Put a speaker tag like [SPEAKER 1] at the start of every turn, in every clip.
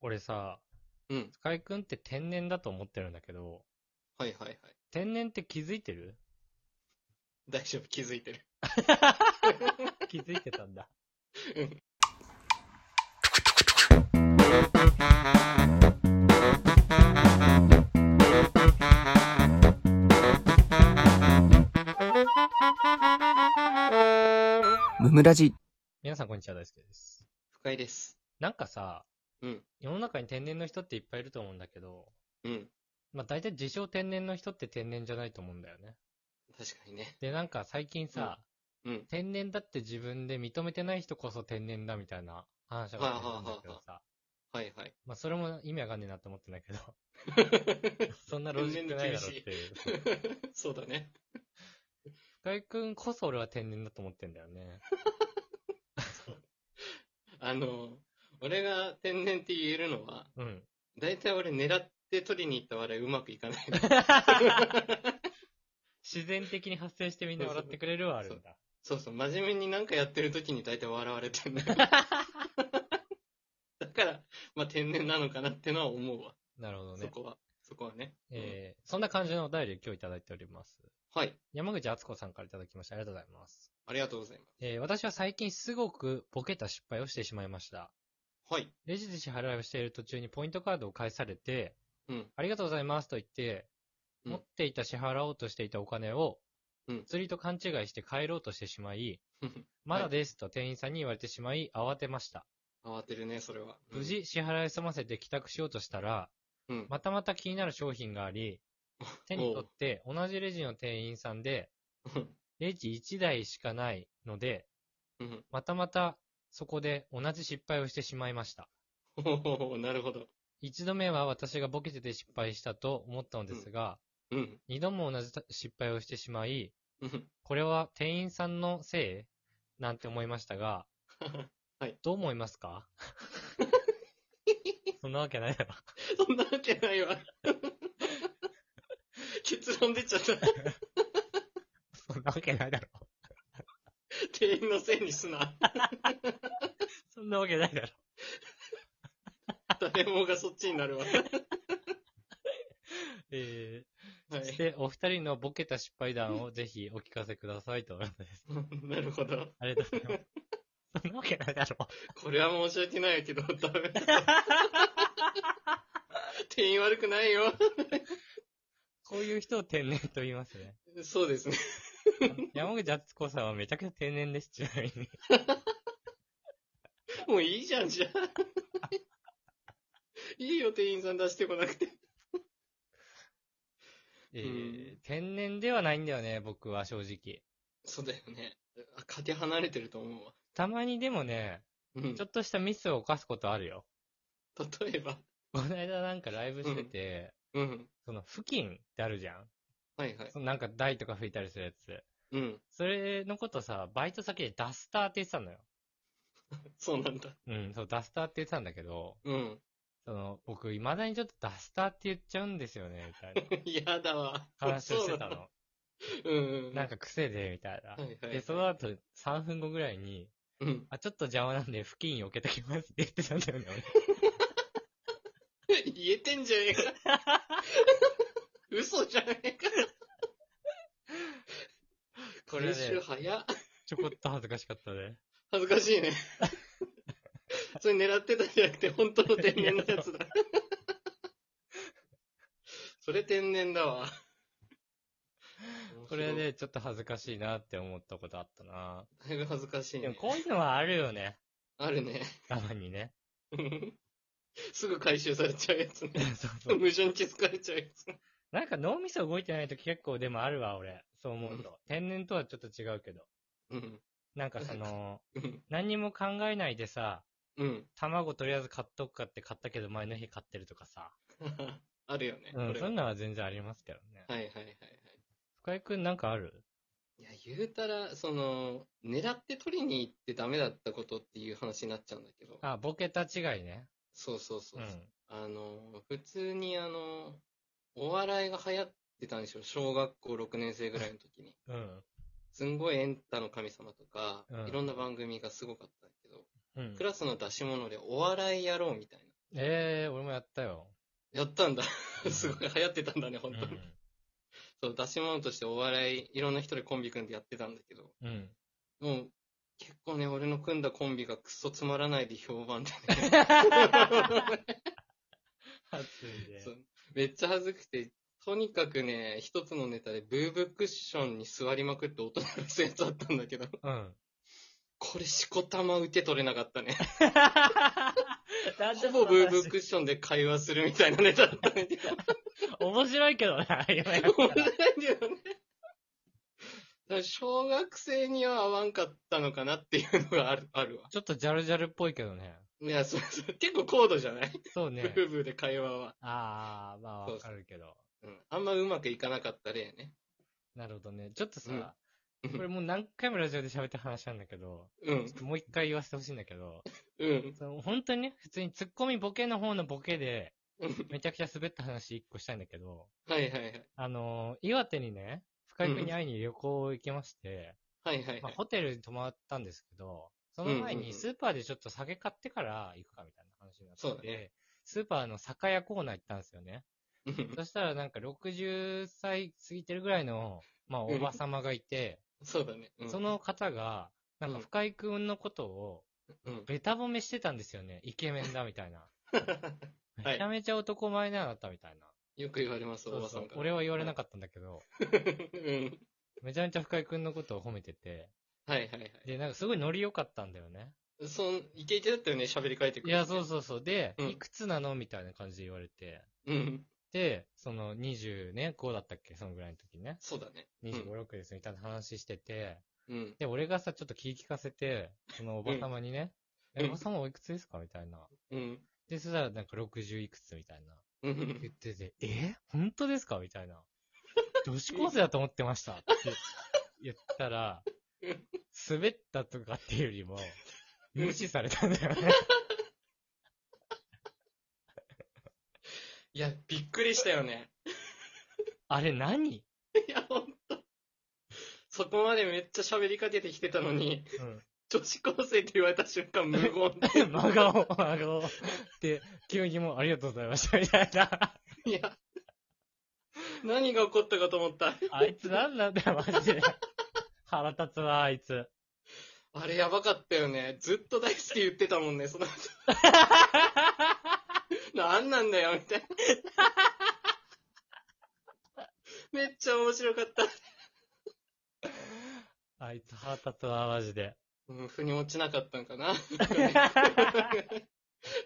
[SPEAKER 1] 俺さ、
[SPEAKER 2] うん。
[SPEAKER 1] スカイくんって天然だと思ってるんだけど、
[SPEAKER 2] はいはいはい。
[SPEAKER 1] 天然って気づいてる
[SPEAKER 2] 大丈夫、気づ いてる。
[SPEAKER 1] 気づいてたん だ。
[SPEAKER 2] うん。
[SPEAKER 3] ムムラジ。
[SPEAKER 1] 皆さんこんにちは、大輔です。
[SPEAKER 2] 不快です。
[SPEAKER 1] なんかさ、
[SPEAKER 2] うん
[SPEAKER 1] 世の中に天然の人っていっぱいいると思うんだけど、
[SPEAKER 2] うん。
[SPEAKER 1] まあ大体自称天然の人って天然じゃないと思うんだよね。
[SPEAKER 2] 確かにね。
[SPEAKER 1] で、なんか最近さ、
[SPEAKER 2] うん。
[SPEAKER 1] 天然だって自分で認めてない人こそ天然だみたいな話があるんだけどさ、
[SPEAKER 2] はいはい。
[SPEAKER 1] まあそれも意味わかんねえなって思ってんだけど、そんなロ
[SPEAKER 2] 天
[SPEAKER 1] ジ
[SPEAKER 2] 然
[SPEAKER 1] ック
[SPEAKER 2] で
[SPEAKER 1] ない
[SPEAKER 2] 厳
[SPEAKER 1] だろっ
[SPEAKER 2] してい
[SPEAKER 1] いう。。
[SPEAKER 2] そうだね。
[SPEAKER 1] 深井くんこそ俺は天然だと思ってんだよね。
[SPEAKER 2] あの、俺が天然って言えるのは、
[SPEAKER 1] うん。
[SPEAKER 2] 大体俺狙って取りに行った笑いうまく いかない。
[SPEAKER 1] 自然的に発生してみんな笑ってくれるはあるんだ。
[SPEAKER 2] そうそう、真面目になんかやってる時に大体笑われてるんだ よ。だから、まあ天然なのかなってのは思うわ。
[SPEAKER 1] なるほど
[SPEAKER 2] そ
[SPEAKER 1] ね。
[SPEAKER 2] こは。そこはね。
[SPEAKER 1] えー、そんな感じのお便りを今日いただいております。
[SPEAKER 2] はい。
[SPEAKER 1] 山口敦子さんからいただきました。ありがとうございます。
[SPEAKER 2] ありがとうございま
[SPEAKER 1] えー、私は最近すごくボケた失敗をしてしまいました。
[SPEAKER 2] す。はい。
[SPEAKER 1] レジで支払いをしている途中にポイントカードを返されて、
[SPEAKER 2] うん。
[SPEAKER 1] ありがとうございますと言って、
[SPEAKER 2] うん
[SPEAKER 1] 持っていた支払おうとしていたお金を、
[SPEAKER 2] うん
[SPEAKER 1] 釣りと勘違いして帰ろうとしてしま い、まだですと店員さんに言われてしまい、慌てました。
[SPEAKER 2] 慌てるね、それは。うん
[SPEAKER 1] 無 事支払い済ませて帰宅しようとしたら、
[SPEAKER 2] うん。
[SPEAKER 1] またまた気になる商品があり、手に取って同じレジの店員さんで、
[SPEAKER 2] うん
[SPEAKER 1] レジ1台しかないので、
[SPEAKER 2] うん。
[SPEAKER 1] またまたそこで同じ失敗をしてしまいました。
[SPEAKER 2] お おなるほど。
[SPEAKER 1] 一度目は私がボケてて失敗したと思ったのですが、
[SPEAKER 2] うん。
[SPEAKER 1] 二度も同じ失敗をしてしまい、
[SPEAKER 2] うん。
[SPEAKER 1] これは店員さんのせいなんて思いました が、どう思いますか そんなわけないだろ。
[SPEAKER 2] そんなわけないわ。 結論出ちゃった。
[SPEAKER 1] そんなわけないだろ。
[SPEAKER 2] 店員のせいにすな。
[SPEAKER 1] そんなわけないだろ。
[SPEAKER 2] 誰もがそっちになるわ。 は
[SPEAKER 1] えー、そし
[SPEAKER 2] い。
[SPEAKER 1] てお二人のボケた失敗談をぜひお聞かせください と。
[SPEAKER 2] なるほど。
[SPEAKER 1] ありがとうございます。そんなわけないだろ。
[SPEAKER 2] これは申し訳ないけど、 ダメだ。店員悪くないよ。
[SPEAKER 1] こういう人を天然と言います ね。
[SPEAKER 2] そうですね。
[SPEAKER 1] 山口敦子さんはめちゃくちゃ天然です、ちなみに。
[SPEAKER 2] もういいじゃん、じ ゃあ。いいよ、店員さん出してこなくて。
[SPEAKER 1] え
[SPEAKER 2] うん
[SPEAKER 1] ー、天然ではないんだよね、僕は正直。
[SPEAKER 2] そうだよね。あかけ離れてると思うわ。
[SPEAKER 1] たまにでもね、
[SPEAKER 2] うん
[SPEAKER 1] ちょ。っとしたミスを犯すことあるよ。
[SPEAKER 2] 例えば。
[SPEAKER 1] この間なんかライブしてて、
[SPEAKER 2] うん。
[SPEAKER 1] その付近ってあるじゃん
[SPEAKER 2] はいはい。
[SPEAKER 1] そのなんか台とか吹いたりするやつ。
[SPEAKER 2] うん。
[SPEAKER 1] それのことさ、バイト先でダスターって言ってたのよ。
[SPEAKER 2] そうなんだ。
[SPEAKER 1] うん、そう、ダスターって言ってたんだけど、
[SPEAKER 2] うん。
[SPEAKER 1] その、僕、未だにちょっとダスターって言っちゃうんですよね、みたいな
[SPEAKER 2] 嫌だわ。
[SPEAKER 1] 話をしてた
[SPEAKER 2] そうなんだ
[SPEAKER 1] の。
[SPEAKER 2] うんうん。
[SPEAKER 1] なんか癖で、みたいな
[SPEAKER 2] は。いはい。
[SPEAKER 1] で、その後、3分後ぐらいに、
[SPEAKER 2] うん。
[SPEAKER 1] あ、ちょっと邪魔なんで、付近避けときますって言ってたんだよね、
[SPEAKER 2] 言えてんじゃねえか。 嘘じゃねえか。
[SPEAKER 1] これね
[SPEAKER 2] 練習早っ。
[SPEAKER 1] ちょこっと恥ずかしかったね。
[SPEAKER 2] 恥ずかしいね。 それ狙ってたんじゃなくて、本当の天然の やつだ。それ天然だわ。
[SPEAKER 1] これね、ちょっと恥ずかしいなって思ったことあったな。
[SPEAKER 2] 面白い。だいぶ恥ずかしい
[SPEAKER 1] でも、
[SPEAKER 2] ね。
[SPEAKER 1] こういうのはあるよね。
[SPEAKER 2] あるね。
[SPEAKER 1] たまにね。
[SPEAKER 2] すぐ回収されちゃうやつね。
[SPEAKER 1] そうそう
[SPEAKER 2] 矛盾気づかれちゃうやつ。
[SPEAKER 1] なんか脳みそ動いてないと結構でもあるわ、俺。そう思うと。天然とはちょっと違うけど。
[SPEAKER 2] うん。
[SPEAKER 1] なんかその、
[SPEAKER 2] うん。
[SPEAKER 1] 何にも考えないでさ、
[SPEAKER 2] うん。
[SPEAKER 1] 卵とりあえず買っとくかって買ったけど前の日買ってるとかさ。
[SPEAKER 2] あるよね。
[SPEAKER 1] うん、
[SPEAKER 2] これ
[SPEAKER 1] そう
[SPEAKER 2] は
[SPEAKER 1] いうのは全然ありますけどね。
[SPEAKER 2] はいはいはいはい。
[SPEAKER 1] 深井くんなんかある
[SPEAKER 2] いや、言うたら、その、狙って取りに行ってダメだったことっていう話になっちゃうんだけど。
[SPEAKER 1] あ、ボケた違いね。
[SPEAKER 2] そうそうそうう。
[SPEAKER 1] ん。
[SPEAKER 2] あの、普通にあの、お笑いが流行ってたんでしょ小学校6年生ぐらいの 時に。
[SPEAKER 1] うん。
[SPEAKER 2] すんごいエンタの神様とか
[SPEAKER 1] うん、
[SPEAKER 2] いろんな番組がすごかったんだけど、
[SPEAKER 1] うん
[SPEAKER 2] ク。ラスの出し物でお笑いやろうみたいな。
[SPEAKER 1] ええ俺もやったよ。
[SPEAKER 2] やったんだ。 すごい流行ってたんだね、本当に。そう、出し物としてお笑い、いろんな人でコンビ組んでやってたんだけど、
[SPEAKER 1] うん。うん。
[SPEAKER 2] もう、結構ね、俺の組んだコンビがクソつまらないで評判でね。
[SPEAKER 1] 暑いね
[SPEAKER 2] そ。うめっちゃ恥ずくて、とにかくね、一つのネタでブーブークッションに座りまくって音鳴らすやつあったんだけど、
[SPEAKER 1] うん。
[SPEAKER 2] これしこたま受け取れなかったね。
[SPEAKER 1] なんで
[SPEAKER 2] ほ
[SPEAKER 1] も
[SPEAKER 2] ぼブーブークッションで会話するみたいなネタだったんだけど。
[SPEAKER 1] 面白いけどね、ああいうの やっ
[SPEAKER 2] 思わないんだよね。だから小学生には合わんかったのかなっていうのがあるあるわ。
[SPEAKER 1] ちょっとジャルジャルっぽいけどね。
[SPEAKER 2] いや、そうそう。結構高度じゃない、
[SPEAKER 1] そう
[SPEAKER 2] ブ
[SPEAKER 1] ね。
[SPEAKER 2] ーブーで会話は。
[SPEAKER 1] ああ、まあわかるけど。
[SPEAKER 2] うん。あんまうまくいかなかった例ね。
[SPEAKER 1] なるほどね。ちょっとさ、
[SPEAKER 2] うん
[SPEAKER 1] これもう何回もラジオで喋った話なんだけど、
[SPEAKER 2] うん
[SPEAKER 1] ちょ。っともう一回言わせてほしいんだけど、
[SPEAKER 2] うん。
[SPEAKER 1] その本当にね、普通にツッコミボケの方のボケで、
[SPEAKER 2] うん
[SPEAKER 1] めちゃくちゃ滑った話一個したいんだけど、
[SPEAKER 2] はいはいはい。
[SPEAKER 1] あのー岩手にね、深井君に会いに旅行行きまして、
[SPEAKER 2] はいはい
[SPEAKER 1] ま
[SPEAKER 2] は
[SPEAKER 1] あ、
[SPEAKER 2] い。
[SPEAKER 1] ホテルに泊まったんですけど、その前
[SPEAKER 2] うんうんう
[SPEAKER 1] に
[SPEAKER 2] ん
[SPEAKER 1] スーパーでちょっと酒買ってから行くかみたいな話になって
[SPEAKER 2] そうだ
[SPEAKER 1] て、
[SPEAKER 2] ね
[SPEAKER 1] スーパーの酒屋コーナー行ったんですよね。
[SPEAKER 2] うん
[SPEAKER 1] そしたらなんか60歳過ぎてるぐらいの、まあ、
[SPEAKER 2] うん
[SPEAKER 1] おば様がいて、
[SPEAKER 2] そうだね。うん
[SPEAKER 1] そ、の方が、なんか
[SPEAKER 2] うん
[SPEAKER 1] 深井くんのことを、
[SPEAKER 2] うん。
[SPEAKER 1] ベタ褒めしてたんですよね。イケメンだみたいな。
[SPEAKER 2] はい
[SPEAKER 1] めちゃめちゃ男前だなったみたいな。
[SPEAKER 2] よく言われます、おばさん
[SPEAKER 1] そう
[SPEAKER 2] か
[SPEAKER 1] そう
[SPEAKER 2] ら。
[SPEAKER 1] 俺は言われなかったんだけど、
[SPEAKER 2] うん。
[SPEAKER 1] めちゃめちゃ深井くんのことを褒めてて、
[SPEAKER 2] はいはいはい。
[SPEAKER 1] で、なんかすごいノリ良かったんだよね。
[SPEAKER 2] そん、イケイケだったよね、喋り変えてく
[SPEAKER 1] い
[SPEAKER 2] る。
[SPEAKER 1] や、そうそうそう。で、
[SPEAKER 2] うん
[SPEAKER 1] いくつなのみたいな感じで言われて。
[SPEAKER 2] うん。
[SPEAKER 1] で、その20ね、5だったっけそのぐらいの時ね。
[SPEAKER 2] そうだね。
[SPEAKER 1] 25、6ですみたいな話してて。
[SPEAKER 2] うん。
[SPEAKER 1] で、俺がさ、ちょっと気聞かせて、そのおばさまにね、
[SPEAKER 2] うん
[SPEAKER 1] え
[SPEAKER 2] うん
[SPEAKER 1] おばさまおいくつですかみたいな。
[SPEAKER 2] うん。
[SPEAKER 1] で、そしたらなんか60いくつみたいな。
[SPEAKER 2] うん
[SPEAKER 1] 言ってて、え本当ですかみたいな。女子高生だと思ってましたって言ったら、滑ったとかっていうよりも、無視されたんだよね。
[SPEAKER 2] いや、びっくりしたよね。
[SPEAKER 1] あれ何
[SPEAKER 2] いや、ほんと。そこまでめっちゃ喋りかけてきてたのに、
[SPEAKER 1] うん。
[SPEAKER 2] 女子高生って言われた瞬間無言で。
[SPEAKER 1] 真顔、真顔。で、急にもうありがとうございました、みたいな。
[SPEAKER 2] いや、何が起こったかと思った。
[SPEAKER 1] あいつなんなんだよ、マジで。腹立つわ、あいつ。
[SPEAKER 2] あれやばかったよね。ずっと大好き言ってたもんね、その後。なんなんだよ、みたいな。めっちゃ面白かった。
[SPEAKER 1] あいつ腹立つわ、マジで。
[SPEAKER 2] うん、腑に落ちなかったんかな。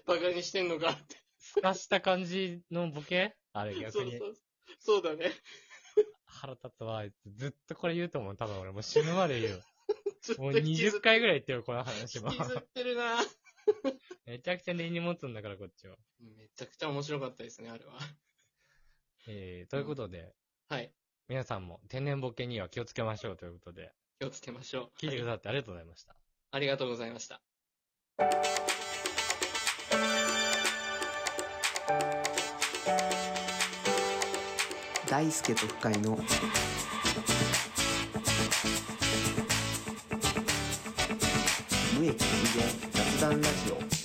[SPEAKER 2] バカにしてんのかって。
[SPEAKER 1] すかした感じのボケあれ逆
[SPEAKER 2] そう
[SPEAKER 1] に
[SPEAKER 2] そ。う。そうだね。
[SPEAKER 1] 腹立つわ、あいつ。ずっとこれ言うと思う。多分俺もう死ぬまで言うよ。
[SPEAKER 2] ずっと
[SPEAKER 1] もう
[SPEAKER 2] 引きず
[SPEAKER 1] 20回ぐらい言ってる、この話も
[SPEAKER 2] 引。きずってるな
[SPEAKER 1] めちゃくちゃ根に持つんだから、こっちは。
[SPEAKER 2] めちゃくちゃ面白かったですね、あれは。
[SPEAKER 1] えー、ということで、
[SPEAKER 2] はい。
[SPEAKER 1] 皆さんも天然ボケには気をつけましょうということで、
[SPEAKER 2] 気をつけましょう。
[SPEAKER 1] 聞いてくださってありがとうございました。
[SPEAKER 2] ありがとうございました。
[SPEAKER 3] 大輔と深井の無益無限雑談ラジオ